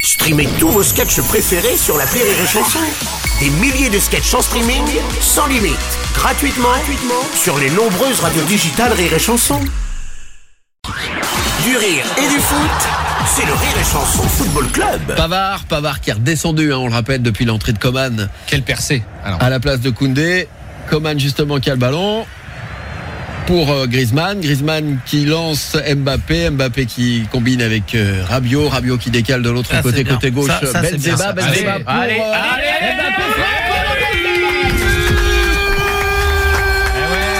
Streamez tous vos sketchs préférés sur la Rire et Chanson. Des milliers de sketchs en streaming, sans limite, gratuitement, gratuitement sur les nombreuses radios digitales Rire et Chanson. Du rire et du foot, c'est le Rire et Chanson Football Club. Pavard, Pavard qui est redescendu, hein, on le rappelle, depuis l'entrée de Coman Quelle percée alors. à la place de Koundé. Coman justement qui a le ballon pour euh, Griezmann. Griezmann qui lance Mbappé. Mbappé qui combine avec euh, Rabiot. Rabiot qui décale de l'autre Ça, côté, c'est bien. côté gauche. Ça, ça, c'est bien, Benzema, ça. Benzema Allez, pour, euh, Mbappé.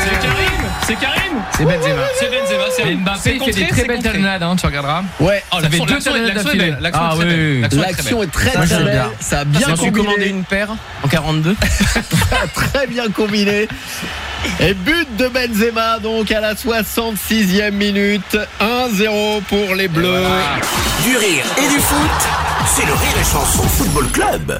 C'est Karim C'est Karim C'est Benzema. C'est Benzema, c'est Mbappé fait des très belles talonnades, hein, tu regarderas. Ouais, Oh, Ça fait l'action, deux l'action, talonnades l'action est d'affilée. belle, l'action Ah est très oui, belle, oui. l'action est l'action est très très belle. Moi, très j'aime belle. bien. Ça a bien J'en suis commandé combiné. une paire en 42. très bien combiné. Et but de Benzema donc à la 66e minute. 1-0 pour les Bleus. Du rire et du foot, c'est le Rire et Chanson Football Club.